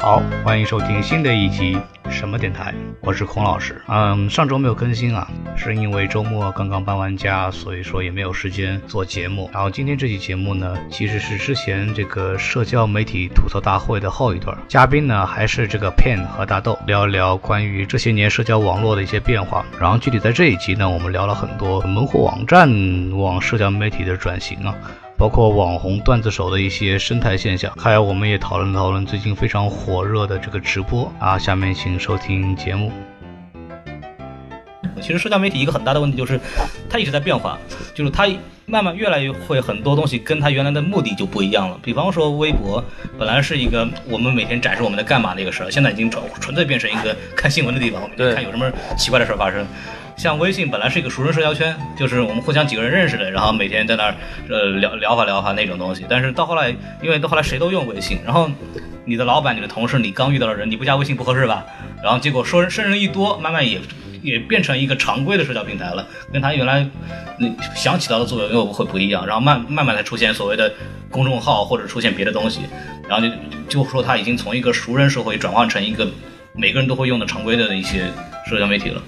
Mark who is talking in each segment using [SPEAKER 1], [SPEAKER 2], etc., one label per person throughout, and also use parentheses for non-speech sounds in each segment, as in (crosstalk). [SPEAKER 1] 好，欢迎收听新的一集什么电台，我是孔老师。嗯，上周没有更新啊，是因为周末刚刚搬完家，所以说也没有时间做节目。然后今天这期节目呢，其实是之前这个社交媒体吐槽大会的后一段，嘉宾呢还是这个 Pen 和大豆，聊一聊关于这些年社交网络的一些变化。然后具体在这一集呢，我们聊了很多门户网站往社交媒体的转型啊。包括网红段子手的一些生态现象，还有我们也讨论讨论最近非常火热的这个直播啊。下面请收听节目。
[SPEAKER 2] 其实社交媒体一个很大的问题就是，它一直在变化，就是它慢慢越来越会很多东西跟它原来的目的就不一样了。比方说微博，本来是一个我们每天展示我们在干嘛的一个事儿，现在已经纯纯粹变成一个看新闻的地方，我们就
[SPEAKER 3] 对
[SPEAKER 2] 看有什么奇怪的事儿发生。像微信本来是一个熟人社交圈，就是我们互相几个人认识的，然后每天在那儿呃聊聊吧聊吧那种东西。但是到后来，因为到后来谁都用微信，然后你的老板、你的同事、你刚遇到的人，你不加微信不合适吧？然后结果说人生人一多，慢慢也也变成一个常规的社交平台了，跟它原来你想起到的作用又会不一样，然后慢慢慢才出现所谓的公众号或者出现别的东西，然后就就说它已经从一个熟人社会转换成一个每个人都会用的常规的一些社交媒体了。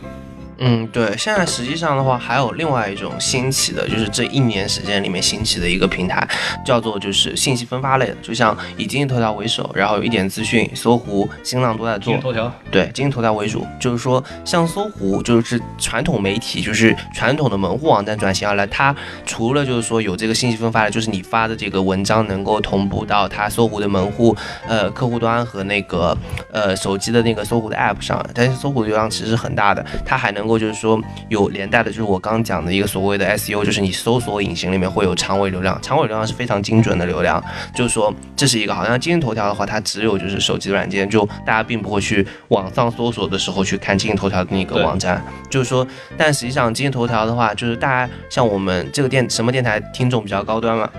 [SPEAKER 4] 嗯，对，现在实际上的话，还有另外一种兴起的，就是这一年时间里面兴起的一个平台，叫做就是信息分发类的，就像以今日头条为首，然后有一点资讯、搜狐、新浪都在做
[SPEAKER 2] 今日，头条，
[SPEAKER 4] 对，今日头条为主，就是说像搜狐，就是传统媒体，就是传统的门户网站转型而来，它除了就是说有这个信息分发的，就是你发的这个文章能够同步到它搜狐的门户呃客户端和那个呃手机的那个搜狐的 app 上，但是搜狐的流量其实是很大的，它还能够就是说有连带的，就是我刚讲的一个所谓的 SEO，就是你搜索引擎里面会有长尾流量，长尾流量是非常精准的流量，就是说这是一个好像今日头条的话，它只有就是手机软件，就大家并不会去网上搜索的时候去看今日头条的那个
[SPEAKER 2] 对
[SPEAKER 4] 网站，就是说，但实际上今日头条的话，就是大家像我们这个电什么电台听众比较高端嘛，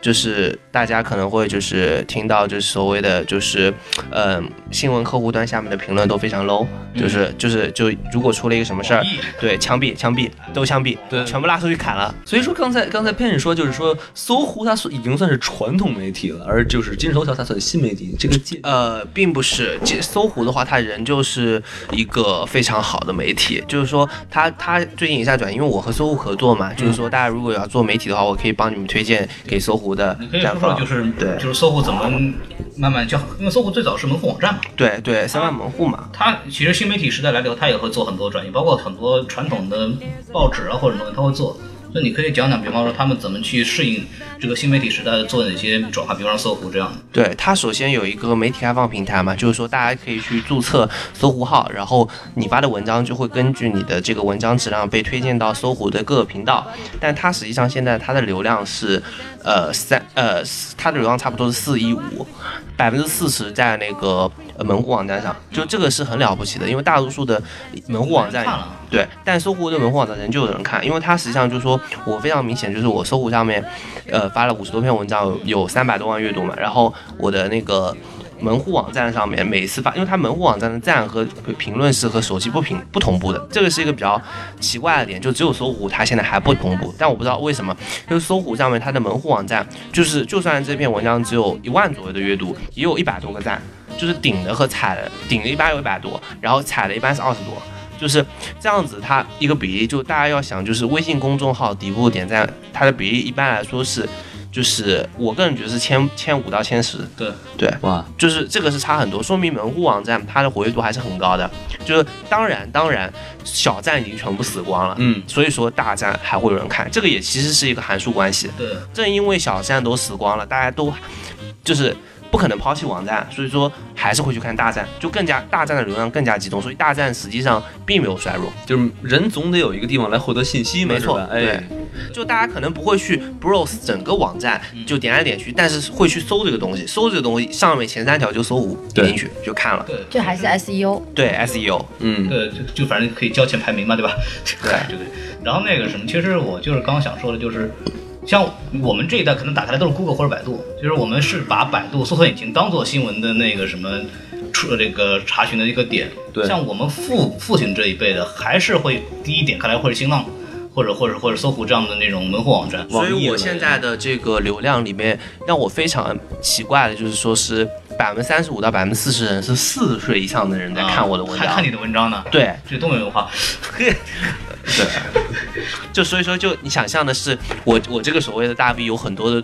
[SPEAKER 4] 就是大家可能会就是听到就是所谓的就是，嗯、新闻客户端下面的评论都非常 low，就是就是就如果出了一个什么事儿
[SPEAKER 2] 网易，
[SPEAKER 4] 对，枪毙枪毙都枪毙，
[SPEAKER 5] 对
[SPEAKER 4] 全部拉出去砍了。
[SPEAKER 5] 所以说刚才刚才骗你说就是说搜狐它已经算是传统媒体了，而就是今日头条它算新媒体，这个界
[SPEAKER 4] 呃，并不是，这搜狐的话，它仍旧是一个非常好的媒体。就是说它，它最近一下转，因为我和搜狐合作嘛，就是
[SPEAKER 2] 嗯
[SPEAKER 4] 说，大家如果要做媒体的话，我可以帮你们推荐给搜狐的
[SPEAKER 2] 你可以说
[SPEAKER 4] 绽
[SPEAKER 2] 说
[SPEAKER 4] 放。
[SPEAKER 2] 就是
[SPEAKER 4] 对
[SPEAKER 2] 就是搜狐怎么慢慢就因为搜狐最早是门户网站嘛，
[SPEAKER 4] 对对，三万门户嘛，
[SPEAKER 2] 它其实新媒体时代来流，它也会做很多转型，包括很多传统的报纸啊或者什么，它会做。所以你可以讲讲，比方说他们怎么去适应这个新媒体时代，做哪些转化，比方说搜狐这样的。
[SPEAKER 4] 对，它首先有一个媒体开放平台嘛，就是说大家可以去注册搜狐号，然后你发的文章就会根据你的这个文章质量被推荐到搜狐的各个频道。但它实际上现在它的流量是，呃三呃，它的流量差不多是四亿五，百分之四十在那个呃门户网站上，就这个是很了不起的，因为大多数的门户网站
[SPEAKER 2] 看了
[SPEAKER 4] 对，但搜狐的文化网站仍旧有人看，因为它实际上就是说我非常明显，就是我搜狐上面，呃，发了五十多篇文章，有三百多万阅读嘛，然后我的那个。门户网站上面每次发，因为它门户网站的赞和评论是和手机不平不同步的，这个是一个比较奇怪的点，就只有搜狐它现在还不同步，但我不知道为什么，就是搜狐上面它的门户网站，就是就算这篇文章只有一万左右的阅读，也有一百多个赞，就是顶的和踩的，顶的一般有一百多，然后踩的一般是二十多，就是这样子，它一个比例就大家要想，就是微信公众号底部点赞，它的比例一般来说是，就是我个人觉得是千千五到千十，
[SPEAKER 1] 对
[SPEAKER 4] 对，
[SPEAKER 5] 哇，
[SPEAKER 4] 就是这个是差很多，说明门户网站它的活跃度还是很高的。就是当然当然，小站已经全部死光了，
[SPEAKER 5] 嗯，
[SPEAKER 4] 所以说大站还会有人看，这个也其实是一个函数关系。
[SPEAKER 1] 对，
[SPEAKER 4] 正因为小站都死光了，大家都就是不可能抛弃网站，所以说还是会去看大站，就更加大站的流量更加集中，所以大站实际上并没有衰弱。
[SPEAKER 5] 就是人总得有一个地方来获得信息嘛，
[SPEAKER 4] 没错
[SPEAKER 5] 是吧
[SPEAKER 4] 对
[SPEAKER 5] 哎，
[SPEAKER 4] 就大家可能不会去 browse 整个网站，就点来点去，但是会去搜这个东西，搜这个东西上面前三条就搜狐
[SPEAKER 5] 对
[SPEAKER 4] 点进去就看了，
[SPEAKER 1] 对
[SPEAKER 6] 这还是 E SEO，
[SPEAKER 4] 对 E SEO，
[SPEAKER 5] 嗯，
[SPEAKER 1] 对，呃就就反正可以交钱排名嘛，对吧？ (laughs) 对对对。然后那个什么，其实我就是刚刚想说的，就是像我们这一代可能打开来都是 Google 或者百度，就是我们是把百度搜索引擎当做新闻的那个什么。出这个查询的一个点，
[SPEAKER 5] 对
[SPEAKER 1] 像我们父父亲这一辈的，还是会第一点开来会是新浪，或者或者或者搜狐这样的那种门户网站。
[SPEAKER 4] 所
[SPEAKER 5] 网
[SPEAKER 4] 以
[SPEAKER 5] 页
[SPEAKER 4] 我
[SPEAKER 5] 嘛
[SPEAKER 4] 现在的这个流量里面，让我非常奇怪的就是说是百分之三十五到百分之四十人是四十岁以上的人在嗯看我的文
[SPEAKER 1] 还啊看
[SPEAKER 4] 章
[SPEAKER 1] 你，的文章呢？
[SPEAKER 4] 对，
[SPEAKER 1] 这东北文化，
[SPEAKER 4] 就所以说就你想象的是我我这个所谓的大 V 有很多的。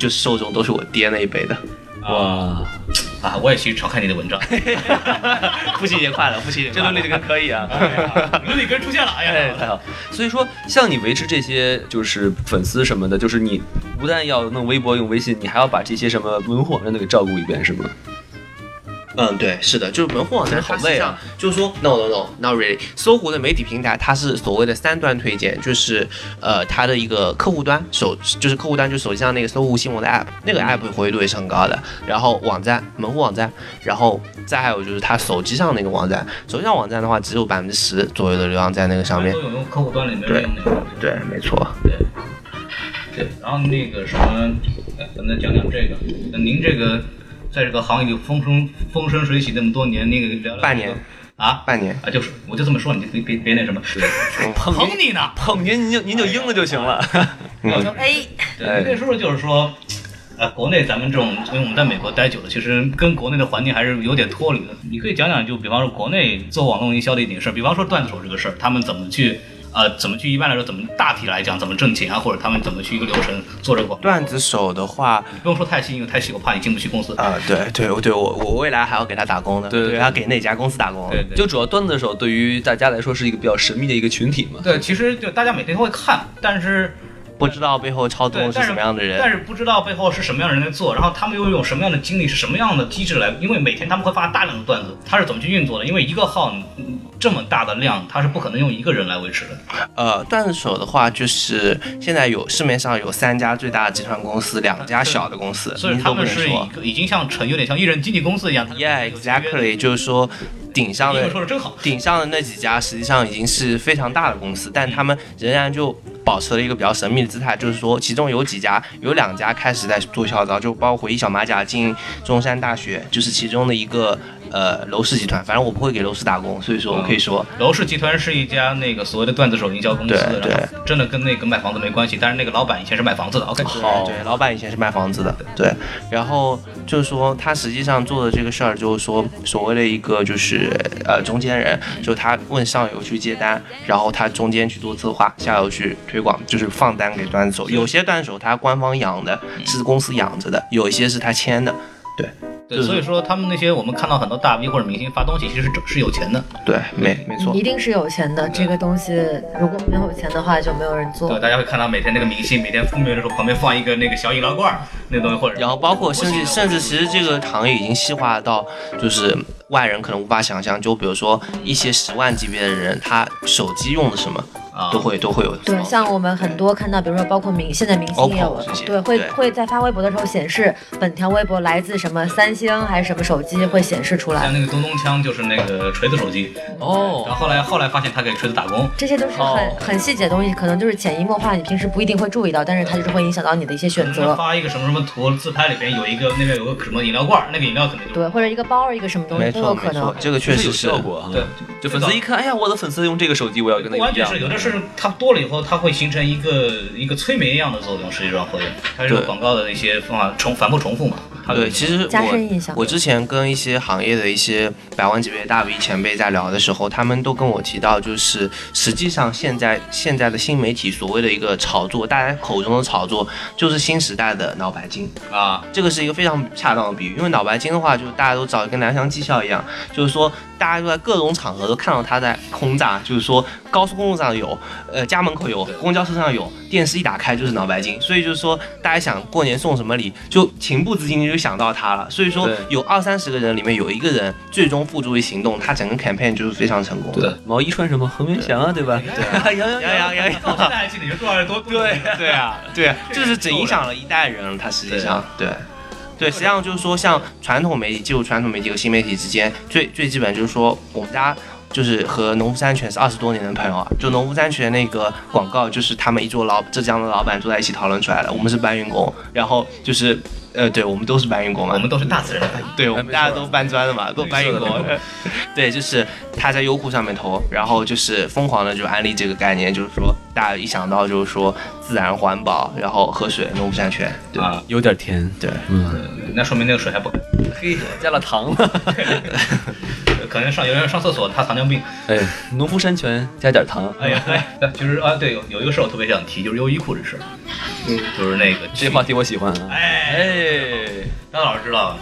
[SPEAKER 4] 就受众都是我爹那一辈的，
[SPEAKER 5] 哇，
[SPEAKER 1] 啊，我也去常看你的文
[SPEAKER 4] (laughs)
[SPEAKER 1] 章。
[SPEAKER 4] 父亲节快乐，父
[SPEAKER 1] (laughs)
[SPEAKER 4] 亲节快乐！
[SPEAKER 5] 个可以啊。
[SPEAKER 1] 伦理根出现了，哎
[SPEAKER 5] 哎，
[SPEAKER 1] 呀，
[SPEAKER 5] 太好。所以说，像你维持这些就是粉丝什么的，就是你不但要弄微博、用微信，你还要把这些什么文化网站都给照顾一遍，是吗？
[SPEAKER 4] 嗯，对，是的，就是门户网站它
[SPEAKER 5] 好
[SPEAKER 4] 实
[SPEAKER 5] 累
[SPEAKER 4] 际上
[SPEAKER 5] 啊
[SPEAKER 4] 就是说，no no no not really，搜狐的媒体平台它是所谓的三端推荐，就是呃它的一个客户端手就是客户端就是手机上那个搜狐新闻的 app，那个 app 活跃度也是很高的，然后网站门户网站，然后再还有就是它手机上那个网站，手机上网站的话只有百分之十左右的流量在那个上面
[SPEAKER 1] 都，有用客户端里面用那个。
[SPEAKER 4] 对，没错。
[SPEAKER 1] 对，然后那个什么，呃咱们讲讲这个，那您这个在这个行业里风生风生水起那么多年，那个聊聊
[SPEAKER 4] 半年
[SPEAKER 1] 啊，
[SPEAKER 4] 半年
[SPEAKER 1] 啊，就是我就这么说，你就别别别那什么， (laughs) 捧你呢。
[SPEAKER 5] 捧您您就您就应了就行了。
[SPEAKER 6] 哎，
[SPEAKER 1] 对，那时候就是说，呃，国内咱们这种，因为我们在美国待久了，其实跟国内的环境还是有点脱离的。你可以讲讲，就比方说国内做网络营销的一点事儿，比方说段子手这个事儿，他们怎么去。呃，怎么去？一般来说，怎么大体来讲，怎么挣钱啊，或者他们怎么去一个流程做这个广告？
[SPEAKER 4] 段子手的话，
[SPEAKER 1] 不用说太细，因为太细我怕你进不去公司。
[SPEAKER 4] 啊、对对，我对我我未来还要给他打工的，
[SPEAKER 5] 对对
[SPEAKER 4] 要给哪家公司打工？
[SPEAKER 1] 对对，
[SPEAKER 5] 就主要段子手对于大家来说是一个比较神秘的一个群体嘛。
[SPEAKER 1] 对，其实就大家每天都会看，但是
[SPEAKER 4] 不知道背后操
[SPEAKER 1] 对
[SPEAKER 4] 纵，是
[SPEAKER 1] 但
[SPEAKER 4] 什么样的人
[SPEAKER 1] 但，是不知道背后是什么样的人在做，然后他们又用什么样的精力，是什么样的机制来，因为每天他们会发大量的段子，他是怎么去运作的？因为一个号嗯这么大的量，他是不可能用一个人来维持的。
[SPEAKER 4] 呃，段子手的话，就是现在有市面上有三家最大的集团公司，两家小的公司，
[SPEAKER 1] 所以
[SPEAKER 4] 呃你
[SPEAKER 1] 他
[SPEAKER 4] 都不
[SPEAKER 1] 们
[SPEAKER 4] 能
[SPEAKER 1] 是一
[SPEAKER 4] 说。
[SPEAKER 1] 个已经像成有点像艺人经纪公司一样。他们
[SPEAKER 4] Yeah,
[SPEAKER 1] 有签约的
[SPEAKER 4] exactly，就是说顶上
[SPEAKER 1] 英
[SPEAKER 4] 的
[SPEAKER 1] 文说的真好。
[SPEAKER 4] 顶上的那几家实际上已经是非常大的公司，
[SPEAKER 1] 嗯
[SPEAKER 4] 但他们仍然就保持了一个比较神秘的姿态，就是说其中有几家有两家开始在做校招，就包括回忆小马甲进中山大学，就是其中的一个呃楼氏集团，反正我不会给楼氏打工，所以说我
[SPEAKER 1] 哦
[SPEAKER 4] 可以说。
[SPEAKER 1] 楼氏集团是一家那个所谓的段子手营销公司，
[SPEAKER 4] 对
[SPEAKER 1] 然后
[SPEAKER 4] 对
[SPEAKER 1] 真的跟那个卖房子没关系，但是那个老板以前是卖房子的。OK，
[SPEAKER 4] 对对，老板以前是卖房子的，对。然后就是说，他实际上做的这个事儿，就是说所谓的一个就是呃中间人，就他问上游去接单，然后他中间去做策划，下游去推广，就是放单给段子手。有些段子手他官方养的，是公司养着的；有一些是他签的。
[SPEAKER 1] 对，所以说他们那些我们看到很多大 V 或者明星发东西，其实是是有钱的。
[SPEAKER 4] 对，没没错
[SPEAKER 6] 一。定是有钱的。这个东西如果没有钱的话，就没有人
[SPEAKER 1] 对，
[SPEAKER 6] 做。
[SPEAKER 1] 大家会看到每天那个明星每天出门的时候旁边放一个那个小饮料罐儿那东西，或者
[SPEAKER 4] 然后包括甚至甚至，其实这个行业已经细化到就是外人可能无法想象，就比如说一些十万级别的人，他手机用的什么
[SPEAKER 1] 啊
[SPEAKER 4] 都会都会有。
[SPEAKER 6] 对，像我们很多看到，比如说包括明现在明星也有
[SPEAKER 4] OPPO 这些
[SPEAKER 6] 对，会
[SPEAKER 4] 对
[SPEAKER 6] 会在发微博的时候显示本条微博来自什么三星还是什么手机，会显示出来
[SPEAKER 1] 像。那个东东枪就是那个锤子手机，然
[SPEAKER 5] 哦，
[SPEAKER 1] 后后来后来发现他给锤子打工，
[SPEAKER 6] 这些都是很、
[SPEAKER 4] 哦
[SPEAKER 6] 很细节的东西，可能就是潜移默化，你平时不一定会注意到，但是它就是会影响到你的一些选
[SPEAKER 1] 他
[SPEAKER 6] 择。
[SPEAKER 1] 发一个什么什么图，自拍里边有一个那边有个什么饮料罐儿，那个饮料可能就
[SPEAKER 6] 对，或者一个包儿一个什么东西
[SPEAKER 4] 没
[SPEAKER 6] 都
[SPEAKER 4] 错
[SPEAKER 6] 有可
[SPEAKER 4] 没
[SPEAKER 6] 能
[SPEAKER 4] 错，。这个确实
[SPEAKER 5] 有
[SPEAKER 4] 是
[SPEAKER 5] 效果哈。
[SPEAKER 1] 对，
[SPEAKER 5] 就粉丝一看，哎呀，我的粉丝用这个手机，我要跟他
[SPEAKER 1] 不完
[SPEAKER 5] 一
[SPEAKER 1] 全
[SPEAKER 5] 样
[SPEAKER 1] 是。有的是它多了以后，它会形成一个一个催眠一样的作用，实际上会，它是有
[SPEAKER 4] 对
[SPEAKER 1] 广告的一些方法重反复重复嘛，还有
[SPEAKER 4] 对，其实
[SPEAKER 6] 加深
[SPEAKER 4] 我
[SPEAKER 6] 印象。
[SPEAKER 4] 我之前跟一些行业的一些百万级别大 V 前辈在聊的时候，他们都跟我提到，就是实际上现在现在的新媒体所谓的一个炒作，大家口中的炒作，就是新时代的脑白金。
[SPEAKER 1] 啊，
[SPEAKER 4] 这个是一个非常恰当的比喻，因为脑白金的话，就是大家都知道跟蓝翔技校一样，就是说大家都在各种场合都看到它在轰炸，就是说高速公路上有，呃家门口有，公交车上有，电视一打开就是脑白金，所以就是说大家想过年送什么礼，就情不自禁就想到它了。所以说
[SPEAKER 5] 对
[SPEAKER 4] 有二三十个人里面有一个人最终付诸于行动，他整个 campaign 就是非常成功的。
[SPEAKER 5] 对，毛衣穿什么？恒源祥啊，对吧？对，杨 (laughs) 洋
[SPEAKER 4] 杨洋杨
[SPEAKER 1] 我现
[SPEAKER 4] 洋，
[SPEAKER 1] 在还记得有多少多
[SPEAKER 4] 对对啊，对，就是只影响了一代人，他实际上对。对，实际上就是说，像传统媒体进入传统媒体和新媒体之间，最最基本就是说，我们大家就是和农夫山泉是二十多年的朋友啊。就农夫山泉那个广告，就是他们一桌老浙江的老板坐在一起讨论出来的。我们是搬运工，然后就是，呃，对我们都是搬运工嘛，
[SPEAKER 1] 我们都是大自然的反应。
[SPEAKER 4] 对，我们大家都搬砖的嘛，都搬运
[SPEAKER 5] 绿色
[SPEAKER 4] 过
[SPEAKER 5] 的那。
[SPEAKER 4] (laughs) 对，就是他在优酷上面投，然后就是疯狂的就安利这个概念，就是说大家一想到就是说自然环保，然后喝水农夫山泉，对，
[SPEAKER 1] 啊，
[SPEAKER 5] 有点甜，
[SPEAKER 4] 对
[SPEAKER 5] 嗯，
[SPEAKER 1] 那说明那个水还不够，
[SPEAKER 5] 嘿，加了糖了，
[SPEAKER 1] 可能上有人上厕所，他糖尿病。
[SPEAKER 5] 哎，农夫山泉加点糖，
[SPEAKER 1] 哎呀，哎，其实啊，对，有有一个事儿我特别想提，就是优衣库这事儿，
[SPEAKER 5] 嗯
[SPEAKER 1] 就是那个
[SPEAKER 5] 这话题我喜欢啊。
[SPEAKER 1] 哎，
[SPEAKER 5] 哎，
[SPEAKER 1] 张老师知道吧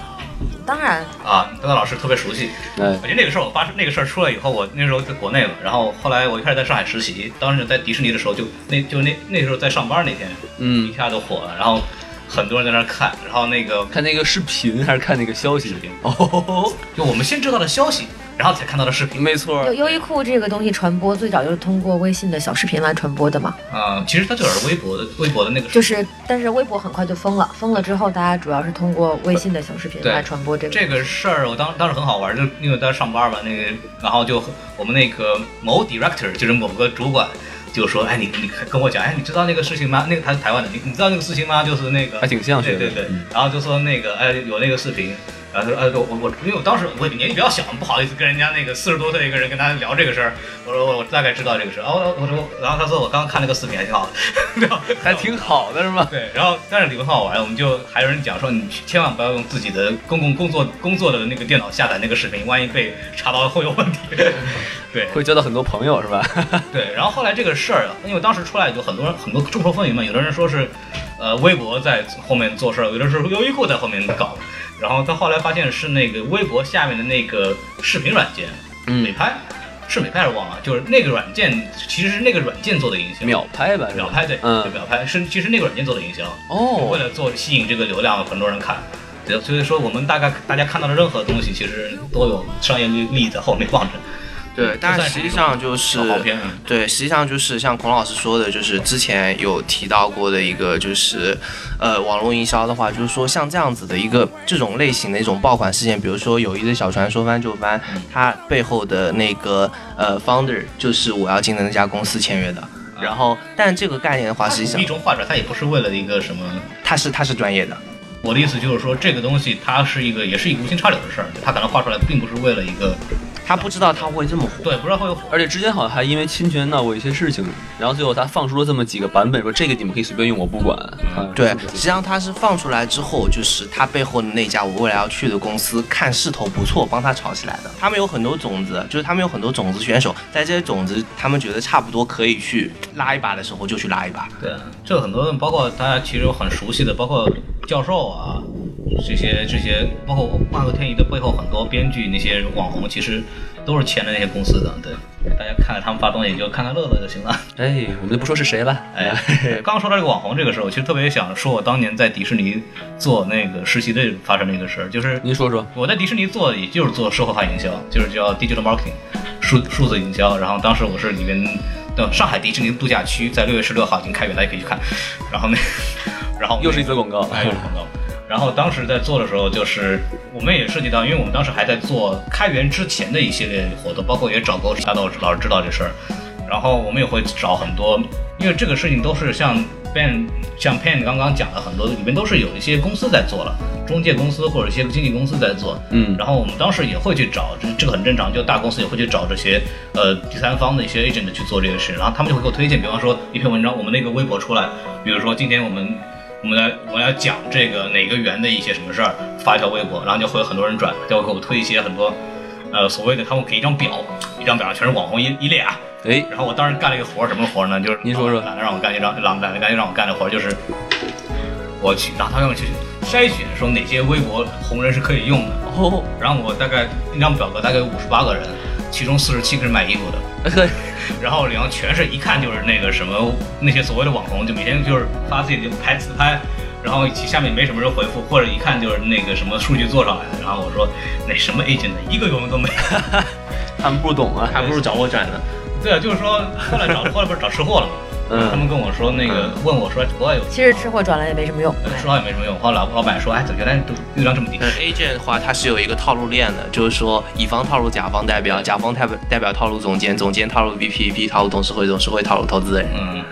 [SPEAKER 6] 当然，
[SPEAKER 1] 啊，张老师特别熟悉。
[SPEAKER 5] 哎
[SPEAKER 1] 我，觉得那个事儿，我发生那个事儿出来以后，我那时候在国内嘛，然后后来我一开始在上海实习，当时在迪士尼的时候就，那就那那时候在上班那天，一
[SPEAKER 5] 嗯，
[SPEAKER 1] 下就火了，然后很多人在那儿看，然后那个
[SPEAKER 5] 看那个视频还是看那个消息？哦，
[SPEAKER 1] 就我们先知道的消息，然后才看到的视频。
[SPEAKER 5] 没错
[SPEAKER 6] 优，优衣库这个东西传播最早就是通过微信的小视频来传播的嘛，
[SPEAKER 1] 啊、其实它就是微博的微博的那个，
[SPEAKER 6] 就是但是微博很快就封了，封了之后大家主要是通过微信的小视频
[SPEAKER 1] 对
[SPEAKER 6] 来传播这个。
[SPEAKER 1] 这个事儿，我当当时很好玩，就因为在上班吧，那个然后就我们那个某 director 就是某个主管。就说，哎，你你跟我讲，哎，你知道那个事情吗？那个他是台湾的，你你知道那个事情吗？嗯就是啊那个
[SPEAKER 5] 还挺像学
[SPEAKER 1] 对
[SPEAKER 5] 的。
[SPEAKER 1] 对对，然后就说那个哎有那个视频，然后他说哎我我因为我当时我年纪比较小，不好意思跟人家那个四十多岁的一个人跟他聊这个事儿，我说我我大概知道这个事儿，然后我说然后他说我刚刚看那个视频还挺好的，然后
[SPEAKER 5] 还挺好的是吧？
[SPEAKER 1] 对，然后但是里面很好玩，我们就还有人讲说，你千万不要用自己的公共工作工作的那个电脑下载那个视频，万一被查到会有问
[SPEAKER 5] (laughs)
[SPEAKER 1] 题。对
[SPEAKER 5] 会交到很多朋友是吧？
[SPEAKER 1] 对，然后后来这个事儿啊，因为当时出来就很多人很多众说纷纭嘛，有的人说是，呃，微博在后面做事儿，有的人说优衣库在后面搞，然后到后来发现是那个微博下面的那个视频软件美
[SPEAKER 5] 嗯，
[SPEAKER 1] 拍，是美拍还是忘了，就是那个软件其实是那个软件做的营销，
[SPEAKER 5] 秒拍吧是吧？
[SPEAKER 1] 秒拍对，
[SPEAKER 5] 嗯，
[SPEAKER 1] 秒拍是其实那个软件做的营销。为
[SPEAKER 5] 哦，
[SPEAKER 1] 了做吸引这个流量，很多人看。对，所以说我们大概大家看到的任何东西，其实都有商业利益在后面望着。
[SPEAKER 4] 对，但实际上就是
[SPEAKER 1] 小黄片，
[SPEAKER 4] 对，实际上就是像孔老师说的，就是之前有提到过的一个，就是呃，网络营销的话，就是说像这样子的一个这种类型的一种爆款事件，比如说有一只小船说翻就翻，它背后的那个呃 founder 就是我要进的那家公司签约的。然后，但这个概念的话，实际上
[SPEAKER 1] 一种画出来，它也不是为了一个什么。
[SPEAKER 4] 它是它是专业的，
[SPEAKER 1] 我的意思就是说，这个东西它是一个，也是一个无心插柳的事儿，它可能画出来并不是为了一个，
[SPEAKER 4] 他不知道他会这么火。
[SPEAKER 1] 对，不知道会有火。
[SPEAKER 5] 而且之前好像还因为侵权闹过一些事情，然后最后他放出了这么几个版本，说这个你们可以随便用，我不管。啊
[SPEAKER 4] 对，实际上他是放出来之后，就是他背后的那家我未来要去的公司看势头不错，帮他炒起来的。他们有很多种子，就是他们有很多种子选手，在这些种子他们觉得差不多可以去拉一把的时候，就去拉一把。
[SPEAKER 1] 对，这很多包括大家其实很熟悉的，包括教授啊，这些这些，包括万恶天一的背后很多编剧那些网红，其实都是签的那些公司的。对，大家看看他们发东西就看看乐乐就行了。
[SPEAKER 5] 哎，我们就不说是谁了。
[SPEAKER 1] 哎，刚说到这个网红这个事儿，我其实特别想说，我当年在迪士尼做那个实习的发生的一个事儿，就是
[SPEAKER 5] 您说说，
[SPEAKER 1] 我在迪士尼做，也就是做社会化营销，就是叫 digital marketing，数数字营销。然后当时我是里面的上海迪士尼度假区，在六月十六号已经开园了，大家可以去看。然后那， (laughs) 然后那个
[SPEAKER 5] 又是一则广告。
[SPEAKER 1] 哎，有广告。然后当时在做的时候，就是我们也涉及到，因为我们当时还在做开源之前的一系列活动，包括也找过大豆老师知道这事儿，然后我们也会找很多，因为这个事情都是像 Ben 像 Pan 刚刚讲的很多，里面都是有一些公司在做了，中介公司或者一些经纪公司在做，
[SPEAKER 5] 嗯，
[SPEAKER 1] 然后我们当时也会去找，这这个很正常，就大公司也会去找这些呃第三方的一些 agent 去做这个事，然后他们就会给我推荐，比方说一篇文章，我们那个微博出来，比如说今天我们。我们来我要讲这个哪个园的一些什么事儿，发一条微博，然后就会有很多人转，就会给我推一些很多，呃，所谓的他会给一张表，一张表全是网红一一列啊。
[SPEAKER 5] 哎，
[SPEAKER 1] 然后我当时干了一个活儿，什么活儿呢？就是
[SPEAKER 5] 您说说
[SPEAKER 1] 懒得让我干就让懒懒得干就让我干的活儿，就是我去让他们去筛选说哪些微博红人是可以用的。
[SPEAKER 5] 哦，
[SPEAKER 1] 然后我大概那张表格大概有五十八个人，其中四十七个是卖衣服的。
[SPEAKER 5] 呵，
[SPEAKER 1] 然后然后全是一看就是那个什么那些所谓的网红，就每天就是发自己的拍自拍，然后其下面没什么人回复，或者一看就是那个什么数据做上来的。然后我说那什么 agent 的一个用的都没有，
[SPEAKER 5] 他们不懂啊，
[SPEAKER 1] 还不如找我转呢。对啊，就是说后来找后来不是找吃货了吗？他
[SPEAKER 5] 嗯，
[SPEAKER 1] 们跟我说那个问我说国外有。
[SPEAKER 6] 其实吃货转了也没什么用。
[SPEAKER 1] 说好也没什么用，后来老老板说，哎，怎么原来都流量这么低？
[SPEAKER 4] 呃，agent 的话，它是有一个套路链的，就是说乙方套路甲方代表，甲方代表代表套路总监，总监套路 VP，VP 套路董事会，董事会套路投资人，
[SPEAKER 1] 嗯，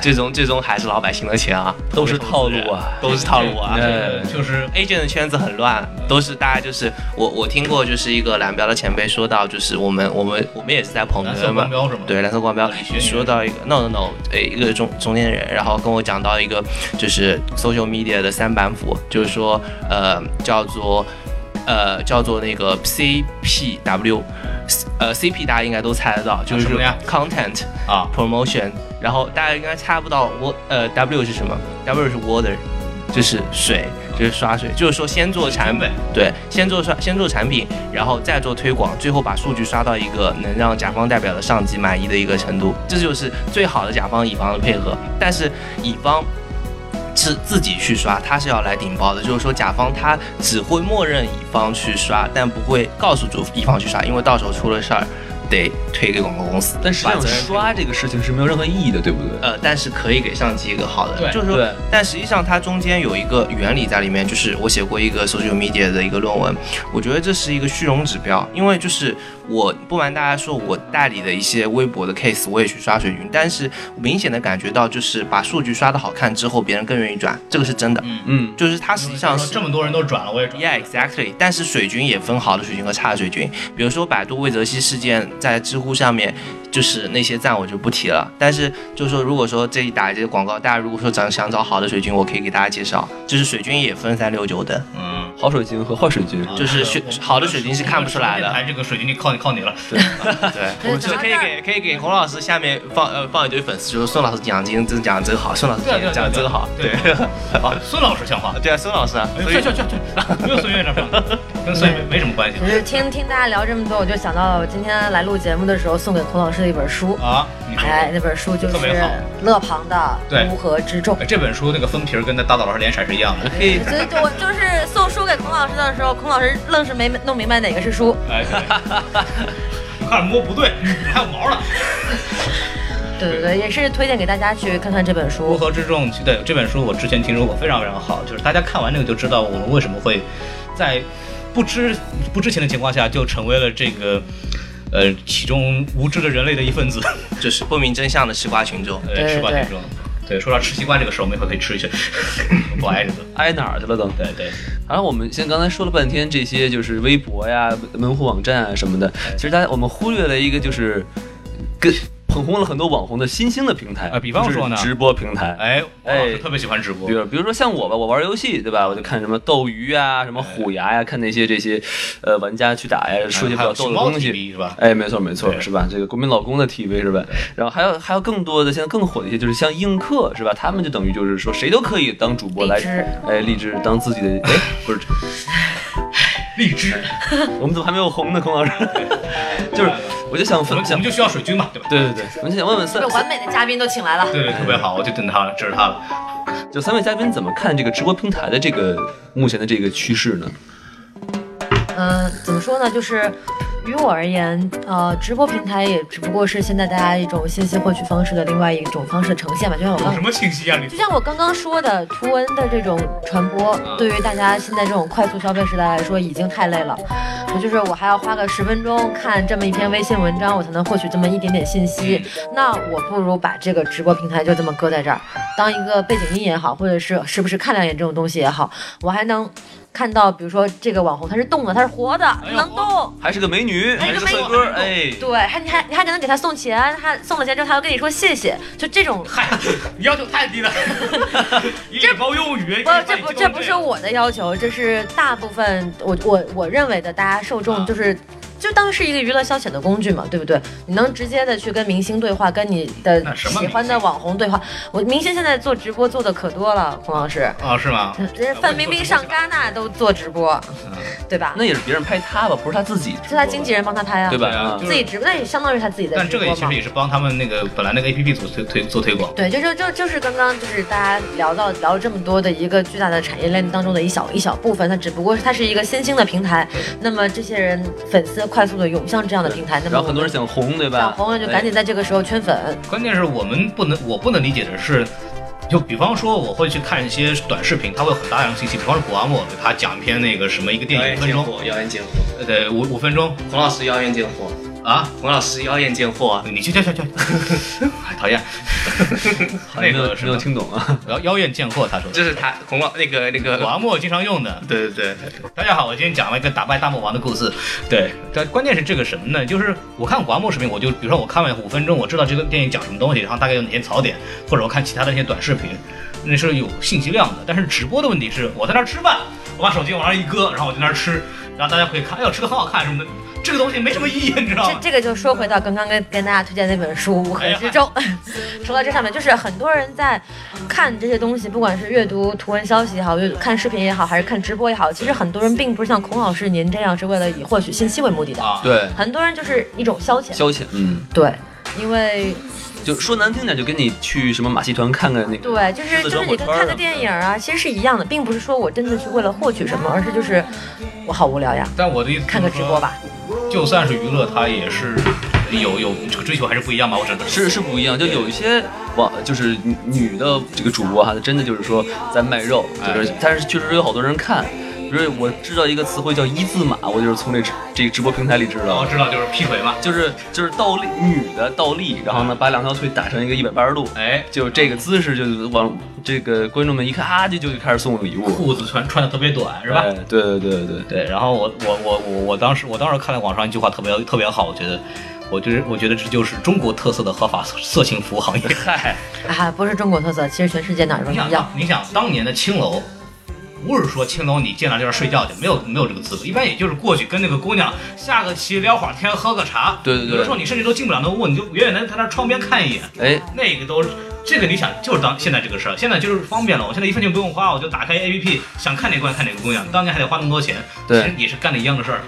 [SPEAKER 4] 最终最终还是老百姓的钱啊，
[SPEAKER 5] 都是套路啊，
[SPEAKER 4] 都是套
[SPEAKER 5] (laughs)
[SPEAKER 4] 路啊。
[SPEAKER 1] 呃，就是，
[SPEAKER 4] agent 的圈子很乱，都是大家就是我我听过就是一个蓝标的前辈说到，就是我们我们我们也是在捧
[SPEAKER 1] 蓝
[SPEAKER 4] 哏
[SPEAKER 1] 色
[SPEAKER 4] 嘛
[SPEAKER 1] 光，标是吗？
[SPEAKER 4] 对，蓝色光标
[SPEAKER 1] 啊李学
[SPEAKER 4] 说到一个 no no no，诶，一个中中间人，然后跟我讲到一个就是 social media 的三板斧，就是说呃叫做呃叫做那个 CPW，呃 CP 大家应该都猜得到，就是
[SPEAKER 1] 什么呀
[SPEAKER 4] content
[SPEAKER 1] 啊
[SPEAKER 4] promotion，然后大家应该猜不到我呃 W 是什么，W 是 water，就是水，就是刷水，就是说先做产
[SPEAKER 1] 呗
[SPEAKER 4] 品，对，先做刷先做产品，然后再做推广，最后把数据刷到一个能让甲方代表的上级满意的一个程度，这就是最好的甲方乙方的配合，但是乙方。是自己去刷，他是要来顶包的。就是说，甲方他只会默认乙方去刷，但不会告诉主乙方去刷，因为到时候出了事儿，得推给广告公司。
[SPEAKER 5] 但实际上刷这个事情是没有任何意义的，对不对？
[SPEAKER 4] 呃，但是可以给上级一个好的，
[SPEAKER 1] 对
[SPEAKER 4] 就是说
[SPEAKER 5] 对，
[SPEAKER 4] 但实际上它中间有一个原理在里面，就是我写过一个 social media 的一个论文，我觉得这是一个虚荣指标，因为就是我不瞒大家说，我代理的一些微博的 case 我也去刷水军，但是明显的感觉到就是把数据刷的好看之后，别人更愿意转，这个是真的，
[SPEAKER 5] 嗯，
[SPEAKER 4] 就是它实际上
[SPEAKER 1] 说
[SPEAKER 4] 是
[SPEAKER 1] 这么多人都转了，我也转。
[SPEAKER 4] Yeah, exactly。但是水军也分好的水军和差的水军，比如说百度魏则西事件在知乎上面，就是那些赞我就不提了。但是就是说，如果说这一打这个广告，大家如果说想想找好的水军，我可以给大家介绍，就是水军也分三六九等。
[SPEAKER 1] 嗯，
[SPEAKER 5] 好水晶和坏水晶，
[SPEAKER 4] 就是 (laughs) 水好的水晶是看不出来的
[SPEAKER 1] 还这个水晶就靠你靠你了。
[SPEAKER 4] 对，
[SPEAKER 6] 对
[SPEAKER 4] 我们就
[SPEAKER 6] 讲到
[SPEAKER 4] 可以
[SPEAKER 6] 这儿
[SPEAKER 4] 给可以给洪老师下面放呃放一堆粉丝，就是孙老师讲今天讲得真好，孙老师
[SPEAKER 1] (laughs) 对啊
[SPEAKER 4] 讲
[SPEAKER 1] 对啊
[SPEAKER 4] 得讲得真好，
[SPEAKER 1] 对啊啊，孙老师像话。哎
[SPEAKER 4] 对啊，孙老师啊，所以
[SPEAKER 1] 去去去去，不用孙院长上，
[SPEAKER 4] (laughs)
[SPEAKER 1] 跟孙没没什么关系
[SPEAKER 6] 只是听听大家聊这么多，我就想到我今天来录节目的时候送给孔老师的一本书，
[SPEAKER 1] 啊。你说
[SPEAKER 6] 哎，那本书就是
[SPEAKER 1] 特别好
[SPEAKER 6] 勒庞的
[SPEAKER 1] 对
[SPEAKER 6] 《乌合之众》。
[SPEAKER 1] 哎这本书那个封皮儿跟那大岛老师连色是一样的。
[SPEAKER 6] 对，所以就我就是送书给孔老师的时候，孔老师愣是没弄明白哪个是书。
[SPEAKER 1] 哎，
[SPEAKER 4] (laughs)
[SPEAKER 1] 你看摸不对，还有毛了。
[SPEAKER 6] 对对对，也是推荐给大家去看看这本
[SPEAKER 1] 乌
[SPEAKER 6] 书。
[SPEAKER 1] 合之众，对这本书我之前听说过，非常非常好，就是大家看完这个就知道我们为什么会在不知不知情的情况下就成为了这个呃其中无知的人类的一份子。
[SPEAKER 4] 就是不明真相的吃瓜群众。
[SPEAKER 1] 呃，
[SPEAKER 6] 对
[SPEAKER 1] 吃瓜
[SPEAKER 6] 对
[SPEAKER 1] 群众。对，说到吃西瓜这个事儿，我们一会儿可以吃一吃，不挨着的。
[SPEAKER 5] 挨哪儿去了都？
[SPEAKER 1] 对对，
[SPEAKER 5] 然后我们现在刚才说了半天这些，就是微博呀、门户网站啊什么的，其实大家我们忽略了一个，就是跟捧红了很多网红的新兴的平台
[SPEAKER 7] 呃
[SPEAKER 1] 啊比方说呢
[SPEAKER 5] 就是直播平台。
[SPEAKER 1] 哎，我老
[SPEAKER 5] 哎
[SPEAKER 1] 师特别喜欢直播
[SPEAKER 5] 比，如，比如说像我吧，我玩游戏，对吧？我就看什么斗鱼啊，什么虎牙呀、看那些这些，呃，玩家去打呀，说些比
[SPEAKER 1] 还
[SPEAKER 5] 较
[SPEAKER 1] 有
[SPEAKER 5] 逗
[SPEAKER 1] 熊
[SPEAKER 5] 的
[SPEAKER 1] 猫
[SPEAKER 5] 东西。
[SPEAKER 1] TV 是吧？
[SPEAKER 5] 哎，没错没错，
[SPEAKER 1] 对
[SPEAKER 5] 是吧？这个国民老公的 TV 是吧？然后还有还有更多的现在更火的一些，就是像映客是吧？他们就等于就是说谁都可以当主播来
[SPEAKER 6] 荔枝，
[SPEAKER 5] 哎，励志当自己的哎，不是，
[SPEAKER 1] (laughs) 荔枝，
[SPEAKER 5] (laughs) 我们怎么还没有红呢？孔老师， (laughs) 就是我就想
[SPEAKER 1] 我们
[SPEAKER 5] 分
[SPEAKER 1] 我
[SPEAKER 5] 想
[SPEAKER 1] 们，就需要水军嘛，对吧？
[SPEAKER 5] 对对对，我就想问问三
[SPEAKER 6] 这，完美的嘉宾都请来了。
[SPEAKER 1] 对对，特别好，我就等他了，指着他了。
[SPEAKER 5] 就三位嘉宾怎么看这个直播平台的这个目前的这个趋势呢？
[SPEAKER 6] 嗯，怎么说呢？就是于我而言，呃，直播平台也只不过是现在大家一种信息获取方式的另外一种方式的呈现吧。就像我刚，
[SPEAKER 1] 什么信息啊你
[SPEAKER 6] 就？像我刚刚说的，图文的这种传播，
[SPEAKER 1] 啊
[SPEAKER 6] 对于大家现在这种快速消费时代来说，已经太累了。我就是我还要花个十分钟看这么一篇微信文章，我才能获取这么一点点信息。
[SPEAKER 1] 嗯
[SPEAKER 6] 那我不如把这个直播平台就这么搁在这儿，当一个背景音也好，或者是时不时看两眼这种东西也好，我还能。看到，比如说这个网红他是动的，他是活的，
[SPEAKER 1] 哎呦
[SPEAKER 6] 能动。
[SPEAKER 5] 还是个美女，
[SPEAKER 6] 还是
[SPEAKER 5] 还
[SPEAKER 6] 个美
[SPEAKER 5] 帅
[SPEAKER 6] 女
[SPEAKER 5] 哥，哎，
[SPEAKER 6] 对，还你还你还给他给他送钱，他送了钱之后，他要跟你说谢谢，就这种，
[SPEAKER 1] 嗨，你要求太低了，以礼貌用语，
[SPEAKER 6] 不，这不这不是我的要求，这是大部分我我我认为的大家受
[SPEAKER 5] 啊
[SPEAKER 6] 众就是。就当是一个娱乐消遣的工具嘛，对不对？你能直接的去跟明星对话，跟你的
[SPEAKER 1] 那什么
[SPEAKER 6] 喜欢的网红对话。我明星现在做直播做的可多了，孔老师，
[SPEAKER 1] 啊，是吗？
[SPEAKER 5] 嗯
[SPEAKER 6] 人家范冰冰上戛纳都做直播，对吧？
[SPEAKER 5] 那也是别人拍他吧，不是他自己直播吧，
[SPEAKER 6] 是他经纪人帮他拍啊，
[SPEAKER 5] 对
[SPEAKER 1] 对
[SPEAKER 5] 吧？
[SPEAKER 1] 啊，就
[SPEAKER 6] 自己
[SPEAKER 1] 是，
[SPEAKER 6] 直播，那也相当于他自己在
[SPEAKER 1] 但
[SPEAKER 6] 直
[SPEAKER 1] 这个
[SPEAKER 6] 播
[SPEAKER 1] 也其
[SPEAKER 6] 嘛
[SPEAKER 1] 实。也是帮他们那个本来那个 APP 组推推做推广。
[SPEAKER 6] 对，这就就就是刚刚就是大家聊到聊了这么多的一个巨大的产业链当中的一小一小部分，它只不过是它是一个新兴的平台，那么这些人粉丝快速的涌向这样的平台，那么
[SPEAKER 5] 然后很多人想红，对吧？
[SPEAKER 6] 想红了就赶紧在这个时候圈粉，
[SPEAKER 1] 关键是我们不能，我不能理解的是，就比方说我会去看一些短视频，它会有很大量的信息，比方说古阿莫他讲一篇那个什么一个电
[SPEAKER 5] 哎
[SPEAKER 1] 影五分钟，
[SPEAKER 8] 妖艳贱货，
[SPEAKER 1] 呃对，五五分钟
[SPEAKER 8] 孔老师妖艳贱货，
[SPEAKER 1] 啊，
[SPEAKER 8] 孔老师妖艳贱货，
[SPEAKER 1] 你去去去去， (laughs) 哎讨
[SPEAKER 5] (laughs)
[SPEAKER 1] 厌，(laughs)
[SPEAKER 5] 没
[SPEAKER 1] 那
[SPEAKER 5] 有
[SPEAKER 1] 个是
[SPEAKER 5] 没有听懂啊，
[SPEAKER 1] 妖妖艳贱货，他说的
[SPEAKER 8] 这。是他孔老那个那
[SPEAKER 1] (laughs) 古
[SPEAKER 8] 个，
[SPEAKER 1] 阿莫经常用的，
[SPEAKER 8] 对对对，
[SPEAKER 1] 大家好，我今天讲了一个打败大魔王的故事。对，但关键是这个什么呢？就是我看古阿莫视频，我就比如说我看完五分钟，我知道这个电影讲什么东西，然后大概有哪些槽点，或者我看其他的那些短视频，那是有信息量的。但是直播的问题是，我在那儿吃饭，我把手机往那儿一搁，然后我就在那儿吃，然后大家可以看，哎呦吃的很好看什么的，这个东西没什么意义，你知道
[SPEAKER 6] 这
[SPEAKER 1] 吗？
[SPEAKER 6] 这个就说回到刚刚跟跟大家推荐那本书《乌合之众》， (laughs) 说到这上面，就是很多人在嗯看这些东西，不管是阅读图文消息也好，阅读看视频也好，还是看直播也好，其实很多人并不是像孔老师您这样是为了以获取信息为目的的，
[SPEAKER 1] 啊，
[SPEAKER 5] 对，
[SPEAKER 6] 很多人就是一种消遣。
[SPEAKER 5] 消遣，嗯，
[SPEAKER 6] 对，因为
[SPEAKER 5] 就说难听点，就跟你去什么马戏团看看那个，
[SPEAKER 6] 对，就是
[SPEAKER 5] 自
[SPEAKER 6] 就是
[SPEAKER 5] 转
[SPEAKER 6] 你
[SPEAKER 5] 火
[SPEAKER 6] 跟
[SPEAKER 5] 圈什
[SPEAKER 6] 看个
[SPEAKER 5] 么
[SPEAKER 6] 电影啊，其实是一样的，并不是说我真的是为了获取什么，而是就是我好无聊呀，
[SPEAKER 1] 但我的意思
[SPEAKER 6] 看个直播，吧。
[SPEAKER 1] 就算是娱乐，它也是有有这个追求还是不一样吧，我只能
[SPEAKER 5] 是是不一样，就有一些网就是女女的这个主播哈，真的就是说在卖肉，就是但是确实有好多人看。比如我知道一个词汇叫一字马，我就是从这这个直播平台里知
[SPEAKER 1] 然
[SPEAKER 5] 道
[SPEAKER 1] 后
[SPEAKER 5] 的，
[SPEAKER 1] 知道就是劈腿嘛，
[SPEAKER 5] 就是就是倒立女的倒立，然后呢把两条腿打成一个一百八十度，
[SPEAKER 1] 哎。
[SPEAKER 5] 就这个姿势就往这个观众们一看啊，就就开始送礼物，
[SPEAKER 1] 裤子穿穿的特别短，是吧？
[SPEAKER 5] 哎对对对对
[SPEAKER 1] 对，然后我我我我我当时我当时看了网上一句话特别特别好，我觉得，我觉得我觉得这就是中国特色的合法色色情服务行业。嗨，
[SPEAKER 6] 啊，不是中国特色，其实全世界哪儿都
[SPEAKER 1] (laughs) 你想
[SPEAKER 6] 一样
[SPEAKER 1] 当。你想当年的青楼，不是说青楼你进来就是睡觉去，没有没有这个资格，一般也就是过去跟那个姑娘下个棋聊会儿天，喝个茶。
[SPEAKER 5] 对对对
[SPEAKER 1] 有的时候你甚至都进不了那屋，你就远远的在那窗边看一眼，
[SPEAKER 5] 对，哎，
[SPEAKER 1] 那个都是。这个你想就是当现在这个事儿，现在就是方便了，我现在一分钱不用花，我就打开 A P P，想看哪姑娘看哪个姑娘，当年还得花那么多钱，
[SPEAKER 5] 对
[SPEAKER 1] 其实也是干了一样的事儿。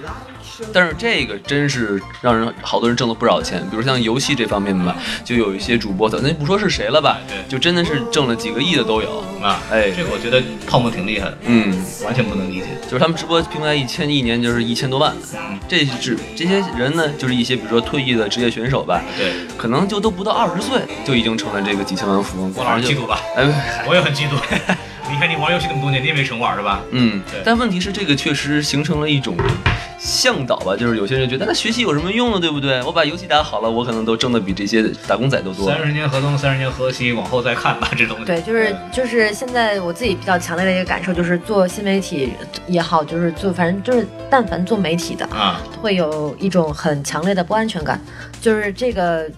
[SPEAKER 5] 但是这个真是让人好多人挣了不少钱，比如像游戏这方面吧，就有一些主播，咱就不说是谁了吧
[SPEAKER 1] 哎对，
[SPEAKER 5] 就真的是挣了几个亿的都有。
[SPEAKER 1] 啊，
[SPEAKER 5] 哎
[SPEAKER 1] 这个我觉得泡沫挺厉害的，
[SPEAKER 5] 嗯，
[SPEAKER 1] 完全不能理解。
[SPEAKER 5] 就是他们直播平台一千一年就是一千多万，
[SPEAKER 1] 嗯
[SPEAKER 5] 这是这些人呢，就是一些比如说退役的职业选手吧，
[SPEAKER 1] 对，
[SPEAKER 5] 可能就都不到二十岁就已经成了这个几千万富翁。
[SPEAKER 1] 郭老师
[SPEAKER 5] 反
[SPEAKER 1] 嫉
[SPEAKER 5] 正
[SPEAKER 1] 妒
[SPEAKER 5] 就
[SPEAKER 1] 吧，
[SPEAKER 5] 哎，
[SPEAKER 1] 我也很嫉妒。 (laughs) 你看你玩游戏那么多年，你也没成玩是吧？
[SPEAKER 5] 嗯
[SPEAKER 1] 对，
[SPEAKER 5] 但问题是这个确实形成了一种向导吧，就是有些人觉得那学习有什么用呢，对不对？我把游戏打好了，我可能都挣的比这些打工仔都多。
[SPEAKER 1] 三十年河东，三十年河西，往后再看吧，这东西。
[SPEAKER 6] 对，就是就是现在我自己比较强烈的一个感受，就是做新媒体也好，就是做反正就是但凡做媒体的，
[SPEAKER 1] 啊，
[SPEAKER 6] 会有一种很强烈的不安全感，就是这个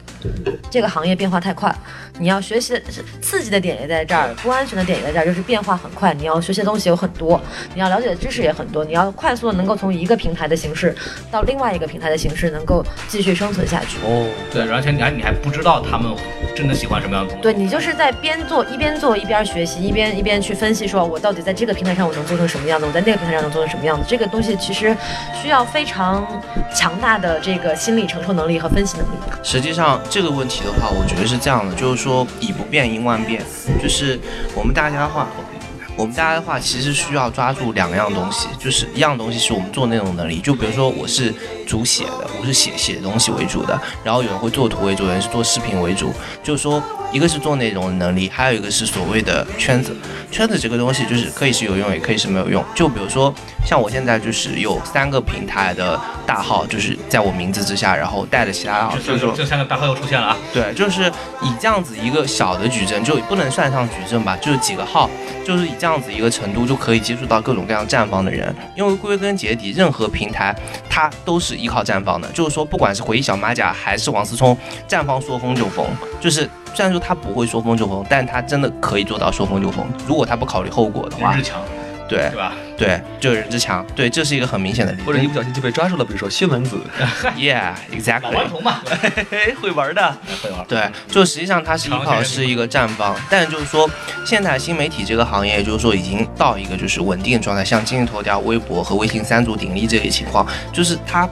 [SPEAKER 6] 这个行业变化太快，你要学习的刺激的点也在这儿，不安全的点也在这儿，就是变化很快，你要学习的东西有很多，你要了解的知识也很多，你要快速的能够从一个平台的形式到另外一个平台的形式，能够继续生存下去。
[SPEAKER 1] 对，而且你还你还不知道他们真的喜欢什么样的东西。
[SPEAKER 6] 对你就是在边做一边做一边学习，一边一边去分析，说我到底在这个平台上我能做成什么样子，我在那个平台上能做成什么样子。这个东西其实需要非常强大的这个心理承受能力和分析能力。
[SPEAKER 4] 实际上这个问题的话，我觉得是这样的，就是说以不变应万变，就是我们大家的话，我们大家的话其实需要抓住两样东西，就是一样东西是我们做内容能力，就比如说我是主写的，我是写写东西为主的，然后有人会做图为主，有人是做视频为主，就是说一个是做内容的能力，还有一个是所谓的圈子。圈子这个东西就是可以是有用，也可以是没有用。就比如说像我现在就是有三个平台的大号，就是在我名字之下，然后带着其他号，
[SPEAKER 1] 这三个这三个大号又出现了啊！
[SPEAKER 4] 对，就是以这样子一个小的矩阵，就不能算上矩阵吧，就是几个号，就是以这样子一个程度就可以接触到各种各样站方的人。因为归根结底，任何平台它都是依靠站方的，就是说，不管是回忆小马甲还是王思聪，站方说风就风，就是虽然说他不会说风就风，但他真的可以做到说风就风。如果他不考虑后果的
[SPEAKER 1] 人
[SPEAKER 4] 话
[SPEAKER 1] 之，强，
[SPEAKER 4] 对
[SPEAKER 1] 对吧？
[SPEAKER 4] 对，就是任志强，对，这是一个很明显的例子。
[SPEAKER 5] 或者一不小心就被抓住了，比如说薛蛮子，
[SPEAKER 1] 老
[SPEAKER 4] Yeah，exactly
[SPEAKER 1] 顽。童嘛，哎
[SPEAKER 5] 嘿，哎 (laughs) 会玩的。
[SPEAKER 1] 会玩。
[SPEAKER 4] 对，就实际上它是依靠的是一个站方，但就是说，现在新媒体这个行业，就是说已经到一个就是稳定的状态，像今日头条、微博和微信三足鼎立这类情况，就是它